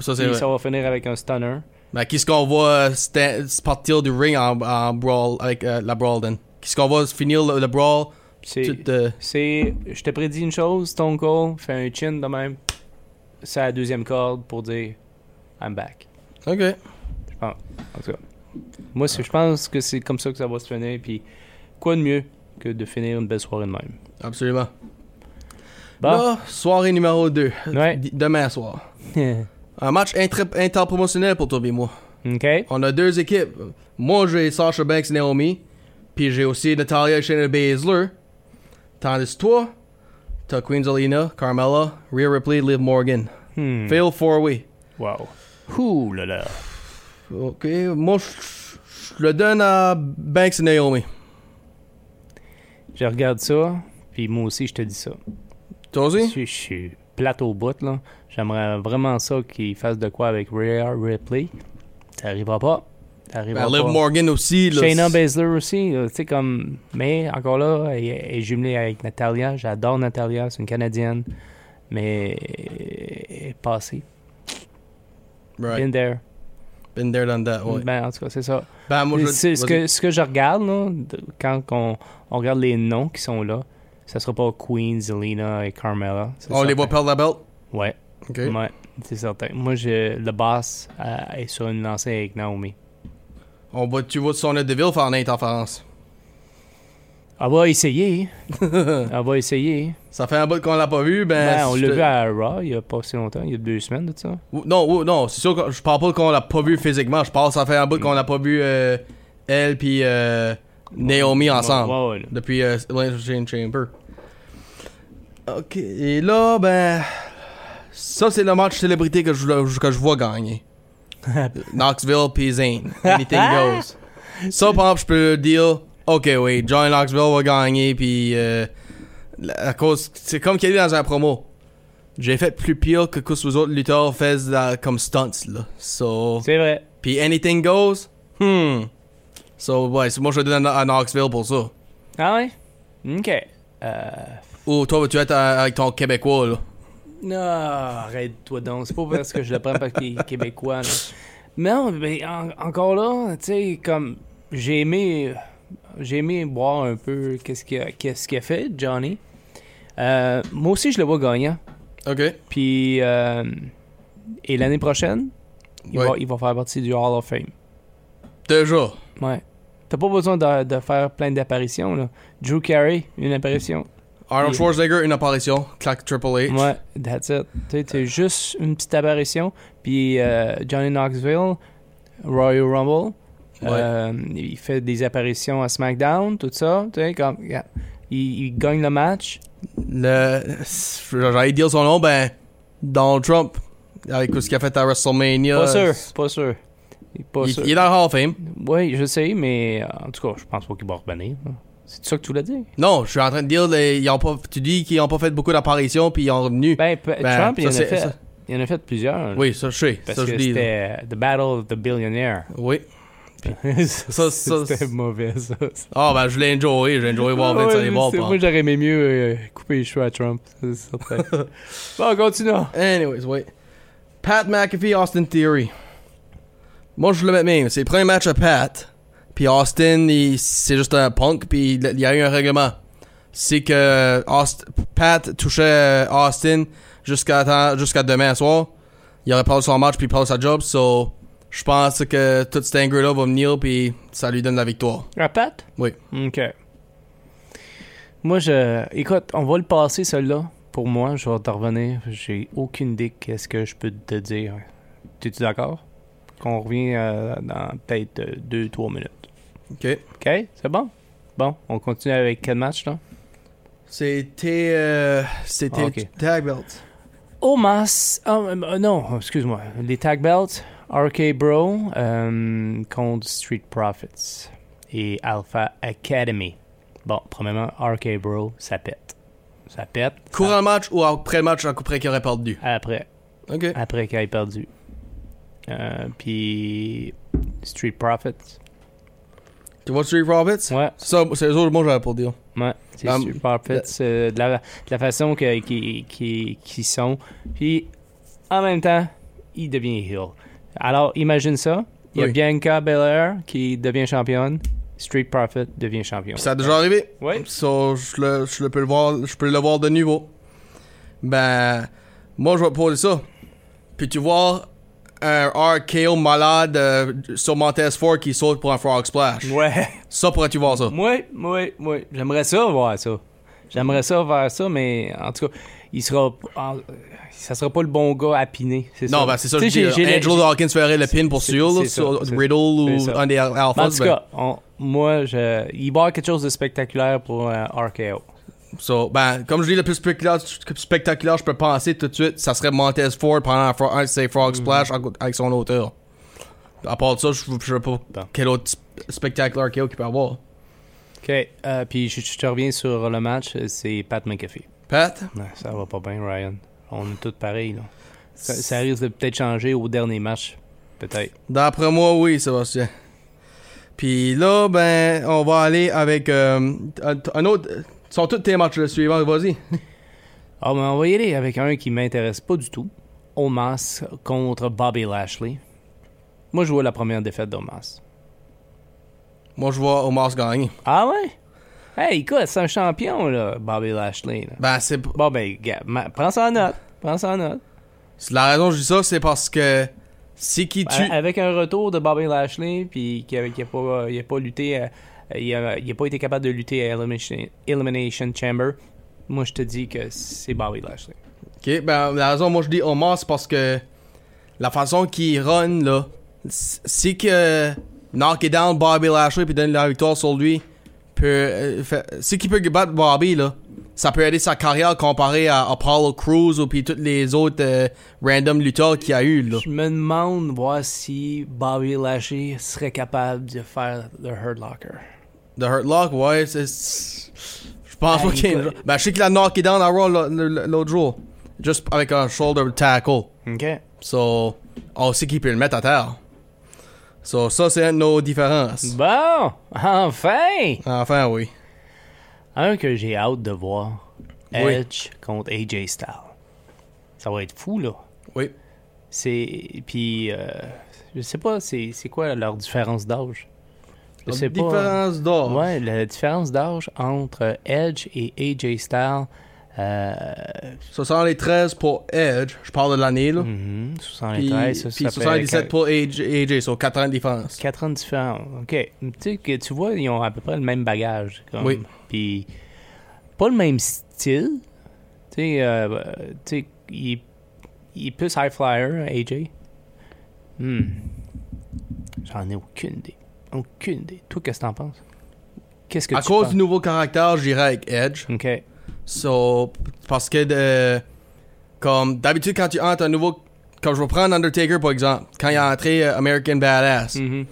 Ça, c'est
puis
vrai.
ça va finir avec un stunner.
Ben, qu'est-ce qu'on voit euh, sta- partir du ring en, en brawl, avec euh, la brawl, then? Qu'est-ce qu'on va finir le, le brawl?
C'est-
Tout, euh,
C'est, je te prédis une chose, Stone Cold fait un chin de même, c'est la deuxième corde pour dire I'm back.
OK.
Je pense. En tout cas, moi, c'est- je pense que c'est comme ça que ça va se finir. Puis, quoi de mieux que de finir une belle soirée de même.
Absolument.
Bon,
Là, soirée numéro 2.
Ouais.
Demain soir. Un match intra- interpromotionnel pour toi et moi.
ok.
On a deux équipes. Moi, j'ai Sasha Banks et Naomi. Puis j'ai aussi Natalia et Shayna Baszler. Tandis que toi, t'as Queen Zelina, Carmella, Rhea Ripley, Liv Morgan.
Hmm.
Fail four way.
Wow. Ouh là là.
Ok, moi, je- je le donne à Banks et Naomi.
Je regarde ça, puis moi aussi, je te dis ça.
Toi
Je
aussi?
suis, je suis plate au bout, là. J'aimerais vraiment ça qu'ils fassent de quoi avec Rare Ripley. Ça arrivera pas. Ça
Ben,
arrivera
Liv
pas.
Morgan aussi. Là,
Shayna
c'est-
Baszler aussi, là, tu sais, comme. Mais encore là, elle, elle est jumelée avec Natalia. J'adore Natalia, c'est une Canadienne. Mais elle est passée.
Right.
Been there.
Been there, done that. Ouais.
Ben, en tout cas, c'est ça.
Ben, moi, je
C'est ce,
vas-y.
que, ce que je regarde, là, de- quand on, on regarde les noms qui sont là, ça sera pas Queen, Zelina et Carmella. c'est
On les
certain.
voit perdre la belt.
Ouais,
Ok.
ouais, c'est certain. Moi, je, le boss euh, est sur une lancée avec Naomi.
On voit, tu vois son Deville faire un interférence.
On va essayer. on va essayer.
Ça fait un bout qu'on l'a pas vu, ben.
Ben, on
je
l'a
te-
vu à Raw il y a pas si longtemps, il y a deux semaines de ça.
Ou- Non, ou- non, c'est sûr que je parle pas qu'on l'a pas vu physiquement. Je parle ça fait un bout qu'on l'a pas vu euh, elle puis euh, Naomi ensemble.
Ouais, ouais, là.
Depuis euh, Elimination Chamber. Ok, et là, ben. Ça, c'est le match célébrité que je, voulais- que je vois gagner. Knoxville puis Zane. Anything goes. Ça, par exemple, je peux le dire. Ok, oui, John Knoxville va gagner, puis. euh, la- à cause. C'est comme qu'il y a eu dans un promo. J'ai fait plus pire que que les autres lutteurs faisaient dans- comme stunts, là. So.
C'est vrai.
Puis anything goes. Hmm. So, ouais, c'est- moi, je donne à à Knoxville pour ça.
Ah ouais? Ok. Euh.
Ou Oh, toi, tu vas être à- avec ton Québécois, là.
Non, arrête-toi donc. C'est pas parce que je le prends parce qu'il est québécois. là. Non, mais en- encore là, tu sais, comme j'ai aimé, j'ai aimé boire un peu qu'est-ce qu'il a, qu'est-ce qu'il a fait, Johnny. Euh, moi aussi, je le vois gagnant.
Ok.
Puis, euh, et l'année prochaine, il,
Ouais.
va, il va faire partie du Hall of Fame.
Déjà.
Ouais. T'as pas besoin de, de faire plein d'apparitions, là. Drew Carey, une apparition.
Arnold
Il-
Schwarzenegger, une apparition. Claque Triple H.
Ouais, that's it. Tu sais, t'as juste une petite apparition. Puis euh, Johnny Knoxville, Royal Rumble,
Ouais.
euh, il fait des apparitions à SmackDown, tout ça. Tu sais, comme, yeah. il, il gagne le match.
Le. J'allais dire son nom, ben. Donald Trump. Avec ce qu'il a fait à WrestleMania.
Pas sûr, pas sûr. Pas
Il,
sûr.
il est dans le Hall of Fame.
Oui, je sais, mais euh, en tout cas, je pense pas qu'il va revenir. là. C'est ça que tu voulais dire?
Non, je suis en train de dire, les- ils ont pas, tu dis qu'ils ont pas fait beaucoup d'apparitions, puis ils ont revenu.
Ben, p-
Ben,
Trump, il,
ça,
en a
c'est-
fait,
ça-
il en a fait plusieurs.
oui, ça, je sais.
Parce
ça, je
que
dis.
c'était euh, The Battle of the Billionaire.
Oui.
ça,
ça-
c'était mauvais, ça.
Ah, ben, je l'ai enjoyé. J'ai enjoyé voir
Ah
Vince
ouais,
aller voir.
c'est-
par
Moi, j'aurais aimé mieux euh, couper les cheveux à Trump. c'est certain. bon, continuons.
Anyways, oui. Pat McAfee, Austin Theory. Moi, je le mets même. C'est le premier match à Pat. Puis Austin, il- c'est juste un punk. Puis il il y a eu un règlement. C'est que Aust- Pat touchait euh, Austin jusqu'à temps- jusqu'à demain soir. Il aurait perdu son match puis il perd sa job. So, je pense que tout cet anger-là va venir puis ça lui donne la victoire.
À Pat?
Oui.
OK. Moi, je... Écoute, on va le passer, celui-là. Pour moi, je vais t'en revenir. J'ai aucune idée qu'est-ce que je peux te dire. T'es-tu d'accord? Qu'on revient euh, dans peut-être 2-3 minutes.
OK.
OK? C'est bon? Bon, on continue avec quel match, là?
C'était... euh, C'était
Ah, ok.
Tag Belt.
Omas, ah, euh, non, excuse-moi, les Tag Belts, RK Bro euh, contre Street Profits et Alpha Academy. Bon, premièrement, RK Bro, ça pète. Ça pète. ça-
Courant le match ou après le match, après qu'il aurait perdu?
Après,
OK.
après qu'il ait perdu. Euh, Puis Street Profits.
Tu vois Street Profits?
Ouais,
Ça, c'est les autres mots que j'avais pour dire.
ouais, c'est
Um,
Street Profits euh, de, Bah, la, de la façon que- qui qui- qui sont. Puis en même temps, il devient heel. Alors, imagine ça. Il y a
Oui.
Bianca Belair qui devient championne. Street Profit devient champion.
Puis ça a déjà arrivé.
Oui.
So, je, le, je le peux le voir, je peux le voir de nouveau. Ben, moi, je vais poser ça. Puis tu vois un RKO malade euh, sur Montez Ford qui saute pour un Frog Splash.
Ouais.
Ça, pourrais-tu voir ça?
Oui, oui, oui. J'aimerais ça voir ça. J'aimerais ça voir ça, mais en tout cas, il sera. en- ça sera pas le bon gars à piner. c'est
Non,
ça.
ben, c'est ça.
Tu
Je
sais,
dis,
j'ai- j'ai-
Angelo Dawkins ferait le pin pour
c'est-
sûr, là,
c'est
sur
ça, c'est- c'est
Riddle ou
ça.
un des Alphas.
En tout
ben.
cas, on- moi, je, il va y avoir quelque chose de spectaculaire pour euh, RKO.
So, ben, comme je dis, le plus spectaculaire, spectaculaire je peux penser tout de suite, ça serait Montez Ford pendant un, fro- un de ses Frog Splash en- avec son auteur. À part ça, je je sais pas
Bon.
quel autre sp- spectaculaire qu'il y a qu'il peut avoir.
OK. euh, puis je, je te reviens sur le match, c'est Pat McAfee.
Pat?
Ouais, ça va pas bien, Ryan. On est tous pareils, là. Ça, ça risque de peut-être changer au dernier match. Peut-être.
D'après moi, oui, Sébastien. Puis là, ben, on va aller avec euh, un, un autre. euh, Sont tous tes matchs le suivant, vas-y.
Ah, mais on va y aller avec un qui m'intéresse pas du tout. Omas contre Bobby Lashley. Moi, je vois la première défaite d'Omas.
Moi, je vois Omar gagner.
Ah ouais? Hey, écoute, c'est un champion, là, Bobby Lashley. là.
Ben, c'est
Bon, ben, gars, ma- prends ça en note. Prends ça en note.
c'est la raison que je dis ça, c'est parce que C'est qui tu.
A- Avec un retour de Bobby Lashley, puis qui n'a pas, euh, il a pas lutté, à- il a, il a pas été capable de lutter à Elimination, Elimination Chamber, moi je te dis que c'est Bobby Lashley.
Ok, ben la raison, moi je dis Omar, c'est parce que la façon qu'il run là, c'est que knock it down Bobby Lashley puis donne la victoire sur lui, peut, euh, fait- c'est qu'il peut battre Bobby là, ça peut aider sa carrière comparé à Apollo Crews ou puis tous les autres euh, random lutteurs qu'il a eu là.
Je me demande voir si Bobby Lashley serait capable de faire le Hurt Locker.
The Hurt Lock, ouais, c'est. c'est- Je pense
Ah,
pas
il
qu'il.
peut-
Ben je sais qu'il a knocké down à Raw l'autre- l'autre jour, juste avec un shoulder tackle.
OK.
So, on sait qu'il peut le mettre à terre. So, ça, c'est une de nos différences.
Bon, enfin!
Enfin, oui.
Un que j'ai hâte de voir,
Oui.
Edge contre AJ Styles. Ça va être fou, là.
Oui.
C'est. Puis. euh, je sais pas, c'est c'est quoi leur différence d'âge? Je
La
sais pas. euh, hein.
différence d'or.
Ouais, la différence d'âge entre Edge et AJ Styles. Euh,
Ça sent les 13 pour Edge. Je parle de l'année, là.
mhm,
Puis,
73, ça,
puis
ça fait
77 pour AJ, AJ, so 4 ans de différence.
Quatre ans de différence. OK. Tu sais que tu vois, ils ont à peu près le même bagage. Comme.
Oui.
Puis, pas le même style. Tu sais, euh, tu sais, il, il est plus high flyer, AJ. Hmm. J'en ai aucune idée. Aucune idée. Toi, qu'est-ce que t'en penses? Qu'est-ce que
À
tu
cause
penses?
du nouveau caractère, j'irai avec Edge.
OK.
So, parce que de. Comme d'habitude, quand tu entres un nouveau. Comme je vais prendre Undertaker, par exemple. Quand il a entré euh, American Badass.
Mhm.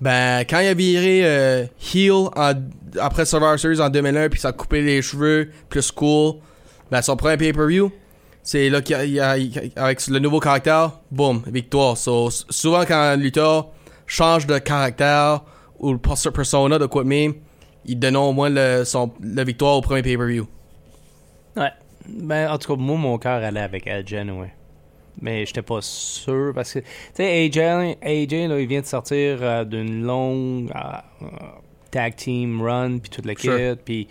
Ben, quand il a viré euh, heel en- après Survivor Series en 2001, puis ça a coupé les cheveux, plus cool, ben son premier pay-per-view, c'est là qu'il a- il a- il a- avec le nouveau caractère, boum, victoire. So, s- souvent quand un lutteur change de caractère ou le pers- persona de quoi de même, il donne au moins le, son, la victoire au premier pay-per-view.
Ouais. Ben, en tout cas, moi, mon cœur allait avec Edge, anyway. Mais j'étais pas sûr parce que, tu sais, AJ, AJ là, il vient de sortir euh, d'une longue euh, euh, tag team run, puis toute la
Sure.
quête, puis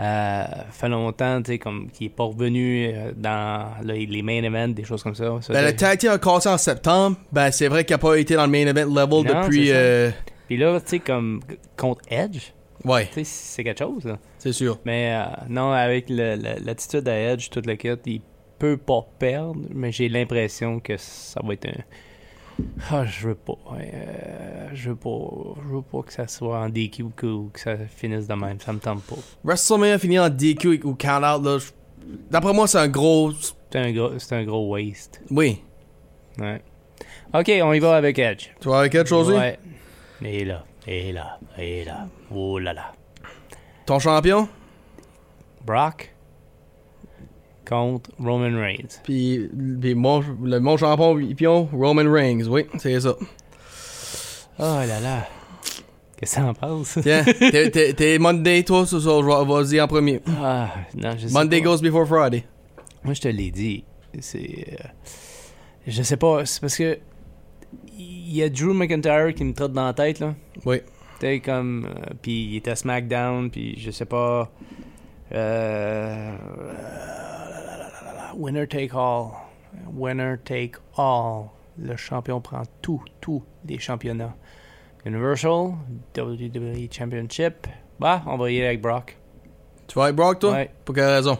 euh, fait longtemps, tu sais, comme qu'il est pas revenu euh, dans là, les main events, des choses comme ça. Ça,
Ben, le
c'est-
tag team a cassé en septembre, ben c'est vrai qu'il n'a pas été dans le main event level
Non,
depuis...
c'est ça.
euh,
Puis là, tu sais, comme contre Edge,
ouais,
tu sais, c'est quelque chose, là.
c'est sûr.
Mais euh, non, avec le- le- l'attitude à Edge, toute la quête, il peut pas perdre, mais j'ai l'impression que ça va être un. Ah, je veux pas. euh, je veux pas. Je veux pas que ça soit en DQ ou que, ou que ça finisse de même. Ça me tente pas.
WrestleMania finit en DQ ou count out là. je- D'après moi, c'est un gros.
C'est un gros, c'est un gros waste.
Oui.
Ouais. Ok, on y va avec Edge.
Tu vois avec quelque chose? lui?
Ouais. Et là, et là, et là. Oh là là.
Ton champion?
Brock contre Roman Reigns.
Puis, puis mon, le, mon champion, pion, Roman Reigns. Oui, c'est ça.
Oh là là. Qu'est-ce que t'en penses?
Tiens, t'es- t'es t'es Monday, toi, ça, ça, je vais- vas-y en premier.
Ah, non, je sais
Monday
pas.
goes before Friday.
Moi, je te l'ai dit. C'est. euh, je sais pas. C'est parce que. Il y a Drew McIntyre qui me trotte dans la tête, là.
Oui.
Tu sais, comme. euh, puis il était à SmackDown, puis je sais pas. Euh, euh, la, la, la, la, la, la, winner take all. Winner take all. Le champion prend tout, tous les championnats. Universal, WWE Championship. Bah, on va y aller avec Brock.
Tu vas avec Brock, toi?
Ouais.
Pour quelle raison?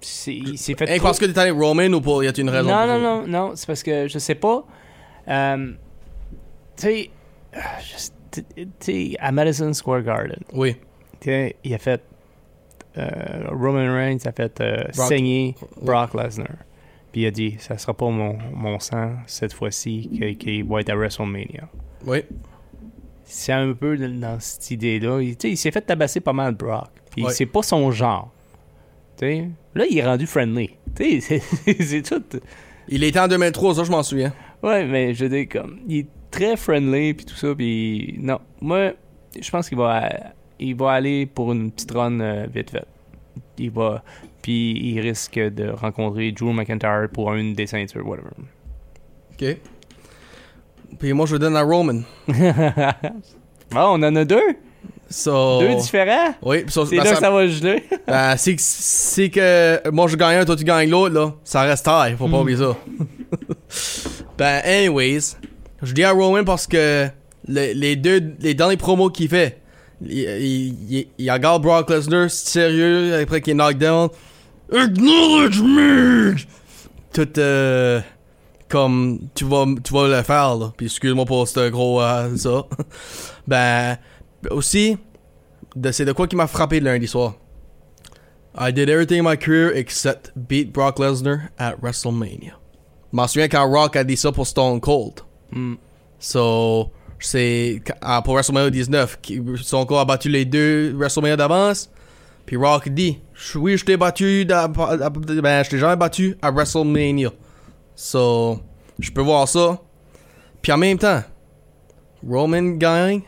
C'est- Il s'est fait.
Hey,
trop-
Eh, parce que t'es allé avec Roman ou pour y a-t-il une raison?
Non,
pour
non,
ça?
non, non, c'est parce que je sais pas. Euh, tu sais, ah, je- tu tu sais, à Madison Square Garden,
Oui.
tu sais, il a fait. euh, Roman Reigns a fait euh,
Brock.
saigner Brock Lesnar. Puis il a dit ça sera pas mon, mon sang cette fois-ci que- qu'il va être à WrestleMania.
Oui.
C'est un peu dans- dans cette idée-là. Il, tu sais, il s'est fait tabasser pas mal Brock. Puis
Ouais.
c'est pas son genre. Tu sais, Là, il est rendu friendly. Tu sais, c'est- c'est tout.
Il était en 2003, ça, je m'en souviens.
Ouais, mais je veux dire, comme, il est très friendly, puis tout ça, puis non. Moi, je pense qu'il va, il va aller pour une petite run euh, vite fait. Il va, puis il risque de rencontrer Drew McIntyre pour une des ceintures, whatever.
Ok. Puis moi, je le donne à Roman.
Ah, on en a deux?
So.
Deux différents?
Oui, so-
C'est
Oh. ben,
là
ça-
que ça va geler.
Ben, c'est que, c'est que moi je gagne un, toi tu gagnes l'autre, là. Ça reste taille, faut pas oublier ça. Ben, anyways, je dis à Rowan parce que le- les deux, les derniers promos qu'il fait, il, il, il- il regarde Brock Lesnar sérieux après qu'il est knockdown. Acknowledge me! Tout, euh, comme tu vas, tu vas le faire, là. Puis excuse-moi pour ce gros, euh, ça. ben, aussi, de- c'est de quoi qui m'a frappé lundi soir. I did everything in my career except beat Brock Lesnar at WrestleMania. Je m'en souviens quand Rock a dit ça pour Stone Cold.
Hmm.
So, c'est ah, pour WrestleMania 19. qui- Stone Cold a battu les deux WrestleMania d'avance. Puis Rock dit Je- Oui, je t'ai battu. d'a- à- Ben, je t'ai jamais battu à WrestleMania. So, je peux voir ça. Puis en même temps, Roman gagne.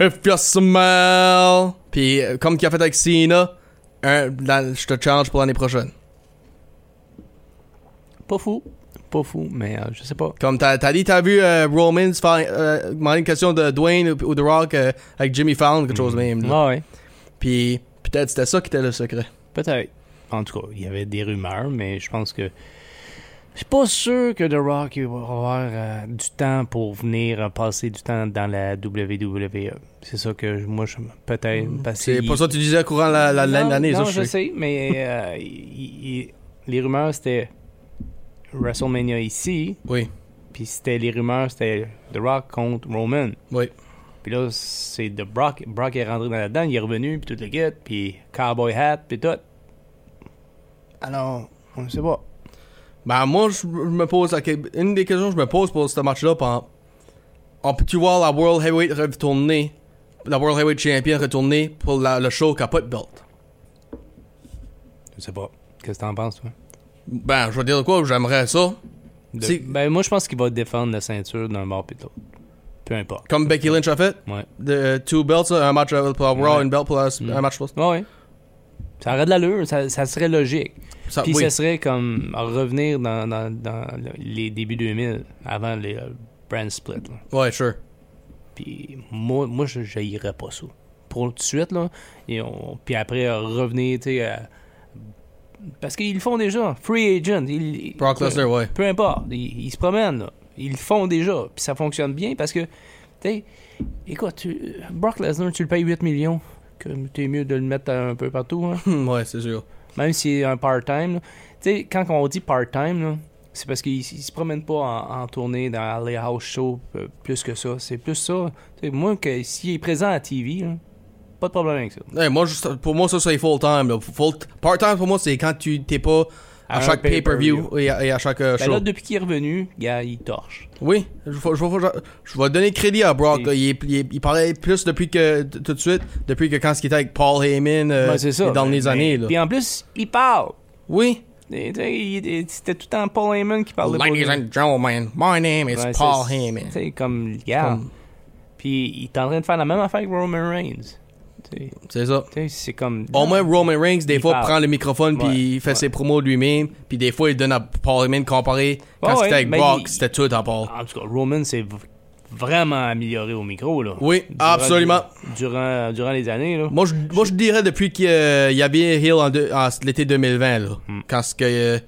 If you smell. Puis euh, comme qu'il a fait avec Cena, un- la- je te challenge pour l'année prochaine.
Pas fou. Pas fou, mais euh, je sais pas.
Comme t'as t'as dit, t'as vu euh, Roman se faire euh, demander une question de Dwayne ou, ou The Rock euh, avec Jimmy Fallon, quelque chose de même. là.
Ah ouais,
Puis peut-être c'était ça qui était le secret.
peut-être. En tout cas, il y avait des rumeurs, mais je pense que. Je suis pas sûr que The Rock il va avoir euh, du temps pour venir euh, passer du temps dans la WWE. C'est ça que je- moi, je peut-être. parce
Hmm. C'est
qu'il-
pour ça que tu disais courant la- la- la-
Non,
l'année,
non,
ça,
je,
je sais.
sais, mais euh, il- il- les rumeurs, c'était WrestleMania ici,
Oui,
puis c'était les rumeurs, c'était The Rock contre Roman.
oui.
Puis là, c'est de Brock. Brock est rentré dans la dedans il est revenu, puis tout le kit, puis Cowboy Hat, puis tout. Alors, on ne sait pas.
Ben moi, je je me pose la que- une des questions que je me pose pour ce match-là, par- on peut-tu voir la World Heavyweight retourner, la World Heavyweight Champion retourner pour la- le show qui a pas de belt?
Je sais pas. Qu'est-ce que t'en penses, toi?
Ben, je veux dire quoi, j'aimerais ça.
De-
C'est-
Ben, moi, je pense qu'il va défendre la ceinture d'un bord puis de l'autre. Peu importe.
Comme Becky Lynch a fait,
Ouais.
de euh, two belts, un match euh, pour la Raw,
Ouais.
une belt pour la-
Mm.
un match pour
Ouais, ouais. Ça aurait de l'allure, ça, ça serait logique.
ça.
Puis
oui.
ça serait comme revenir dans, dans, dans le- les débuts 2000, avant les euh, brand split. là.
Ouais, sure.
Puis moi, moi je jaillirais pas ça. Pour tout de suite, là. Et on, puis après, euh, revenir, tu sais. à- Parce qu'ils le font déjà. Free agent. Ils,
Brock
peu,
Lesnar, ouais.
peu importe. Ils, ils se promènent, là. Ils le font déjà. Puis ça fonctionne bien parce que, tu sais, écoute, tu- Brock Lesnar, tu le payes 8 millions. que T'es mieux de le mettre un peu partout, hein.
Hmm, ouais, c'est sûr.
Même s'il est un part-time. là. Tu sais, quand on dit part-time, là, c'est parce qu'il il se promène pas en, en tournée dans les house shows euh, plus que ça. C'est plus ça. Tu sais, moi, que s'il est présent à TV, là, pas de problème avec ça.
Hey, moi, juste- pour moi, ça, c'est full-time. là. Full part-time, pour moi, c'est quand tu t'es pas à,
À
chaque
un pay-per-view.
pay-per-view et, à- et à chaque euh,
Ben
show.
là, depuis qu'il est revenu, gars, il torche.
Oui, je, vais- je vais- je vais- je vais donner crédit à Brock.
Et-
là. Il, est- il est- il parlait plus depuis que t- tout de suite, depuis que quand il était avec Paul Heyman euh,
Ben, c'est ça.
dans
Ben,
les
ben,
années. là.
Puis en plus, il parle.
Oui.
Et, tu sais, il- il- C'était tout le temps Paul Heyman qui parlait. pour lui.
Ladies and gentlemen, my name is
Ouais,
Paul
c'est-
Heyman.
Tu sais, comme, gars.
Comme-
Puis il est en train de faire la même affaire que Roman Reigns. Tu sais,
C'est ça.
tu sais, c'est comme.
Au moins, Roman Reigns, des
Il
fois,
parle.
prend le microphone puis
Ouais,
il fait
ouais.
ses promos lui-même. Puis des fois, il donne à Paul Heyman comparé. Quand
Ouais,
c'était
ouais,
avec
ben,
Brock,
il- Ah,
c'était tout à Paul.
En tout cas, Roman s'est v- vraiment amélioré au micro, là.
Oui,
Durant-
absolument.
Durant, durant les années, là.
Moi je, moi, je dirais depuis qu'il euh, il y a bien Hill en, deux- en l'été 2020, là.
Hmm.
Quand ce que, euh,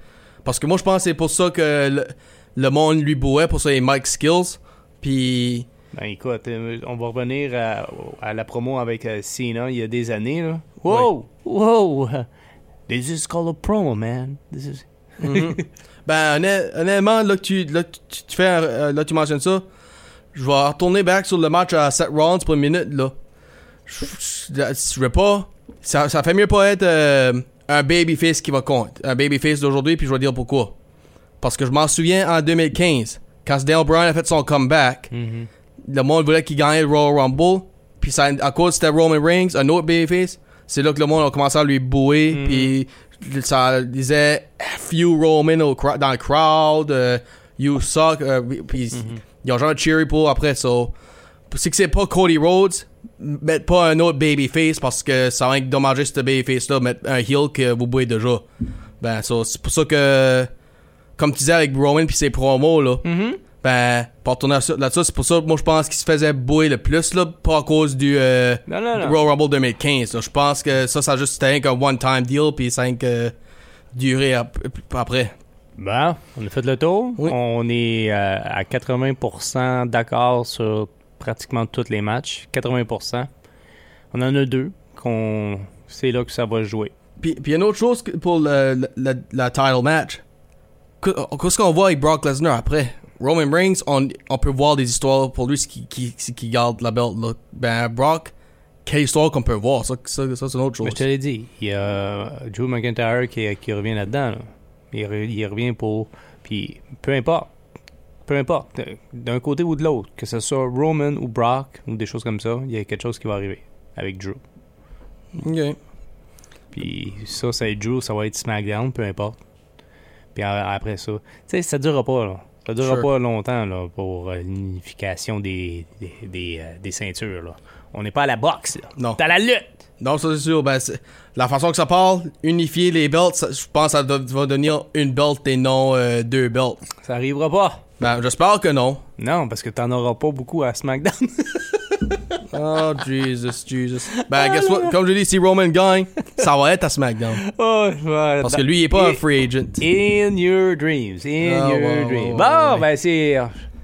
parce que moi, je pense que c'est pour ça que le, le monde lui bouait, pour ça, les Mike Skills. Puis,
Ben, écoute, euh, on va revenir à, à la promo avec euh, Cena il y a des années, là.
Oui.
Wow! Wow! This is called a promo, man. This is...
ben, honn- honnêtement, là que tu, là, que tu, tu fais, un- euh, là, tu mentionnes ça, je vais retourner back sur le match à 7 rounds pour une minute, là. Je, je- je veux pas. Ça, ça fait mieux pas être euh, un babyface qui va compte. Un babyface d'aujourd'hui, puis je vais dire pourquoi. Parce que je m'en souviens en 2015, quand Dale Bryan a fait son comeback. le monde voulait qu'il gagne le Royal Rumble. Puis ça, à cause c'était Roman Reigns, un autre babyface, c'est là que le monde a commencé à lui bouer.
Mm.
Puis ça disait F you Roman au cro- dans le crowd, euh, you suck. euh, puis ils ont genre cheery pour après. So, c'est que c'est pas Cody Rhodes, mettre pas un autre babyface parce que ça va être dommager ce babyface-là, mettre un heel que vous bouez déjà. Ben, so, c'est pour ça que, comme tu disais avec Roman puis ses promos, là.
Mm-hmm.
Ben, pour retourner à ça- là-dessus, c'est pour ça que moi je pense qu'il se faisait bouer le plus, là, pas à cause du euh,
Non, Ah, non, non.
Royal Rumble 2015. là. Je pense euh, que ça, ça a juste été un one-time deal, puis ça a duré ap- après.
Bon, Ben, on a fait le tour.
Oui.
On est euh, à 80% d'accord sur pratiquement tous les matchs. 80%. On en a deux. qu'on C'est là que ça va jouer.
Puis, puis une autre chose que- pour le, le- la, la title match. Que- Qu'est-ce qu'on voit avec Brock Lesnar après? Roman Reigns, on, on peut voir des histoires pour lui ce qui, qui, ce qui garde la belt. Là. Ben, Brock, quelle histoire qu'on peut voir? Ça, ça, ça, c'est une autre chose.
Mais je te l'ai dit, il y a euh, Drew McIntyre qui, qui revient là-dedans. là. Il, re- il revient pour. Puis peu importe. Peu importe. euh, D'un côté ou de l'autre, que ce soit Roman ou Brock ou des choses comme ça, il y a quelque chose qui va arriver avec Drew.
Ok.
Puis ça, c'est Drew, ça va être SmackDown, peu importe. Puis a- après ça, tu sais, ça durera pas, là. Ça durera
Sure.
pas longtemps, là, pour euh, l'unification des, des, des, euh, des ceintures, là. On n'est pas à la boxe, là.
Non.
T'as la lutte!
Non, ça c'est sûr. Ben, c'est- la façon que ça parle, unifier les belts, ça- je pense que ça doit- va devenir une belt et non euh, deux belts.
Ça arrivera pas!
Ben, j'espère que non.
Non, parce que t'en auras pas beaucoup à SmackDown.
Oh, Jesus, Jesus. Ben, guess what? Comme je dis, si Roman gagne, ça va être à SmackDown.
oh, je vais-
Parce que lui, il est pas
Et-
un free agent.
In your dreams, in
Ah,
your
ouais, ouais,
dreams.
ouais,
bon,
ouais.
ben, c'est...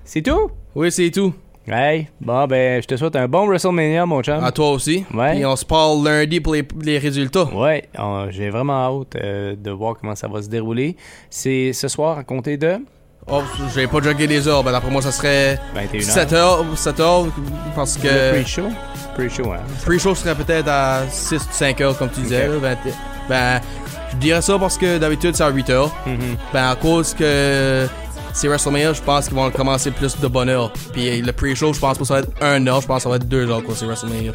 C'est tout?
Oui, c'est tout.
Hey, bon, ben, je te souhaite un bon WrestleMania, mon chum.
À toi aussi.
Ouais.
Puis on se parle lundi pour les, les résultats.
Ouais, on- j'ai vraiment hâte euh, de voir comment ça va se dérouler. C'est ce soir à compter de
Oh, j'ai pas jogué les heures. Ben, d'après moi, ça serait
21h.
7h. 7h, parce
le
que
pre-show. Pre-show, hein.
pre-show serait peut-être à 6 ou 5h, comme tu disais.
Ok.
là. Ben, ben, je dirais ça parce que d'habitude, c'est à 8h.
Mhm.
Ben, à cause que c'est WrestleMania, je pense qu'ils vont commencer plus de bonne heure. Puis euh, le pre-show, je pense pas que ça va être 1 heure. Je pense que ça va être 2 heures, quoi, c'est WrestleMania.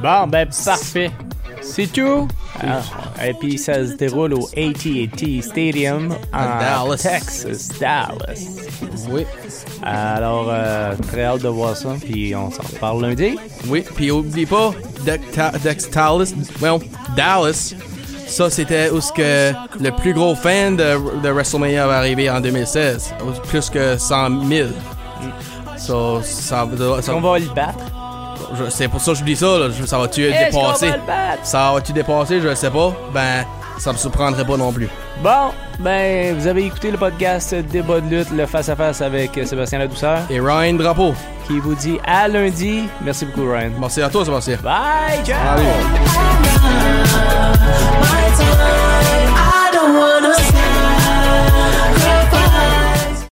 Bon, ben, parfait. C'est tout. Ah, et puis ça se déroule au AT&T Stadium à
Dallas.
Texas, Dallas.
Oui.
Alors, euh, très hâte de voir ça. Puis on s'en reparle lundi.
Oui, puis oublie pas, Dex, Ta- Dex Dallas, well, Dallas, ça c'était où ce que le plus gros fan de, de WrestleMania va arriver en 2016, plus que 100 000. So, ça, va- ça-
On va le battre.
je- c'est pour ça que je dis ça, là, je- ça va-tu dépasser?
battre?
Ça va-tu dépasser, je sais pas, ben, ça me surprendrait pas non plus.
Bon, ben, vous avez écouté le podcast Débat de lutte, le face-à-face avec euh, Sébastien Ladouceur,
Et Ryan Drapeau,
qui vous dit à lundi. Merci beaucoup, Ryan.
merci à toi Sébastien.
Bye, ciao!
Salut.
Bye.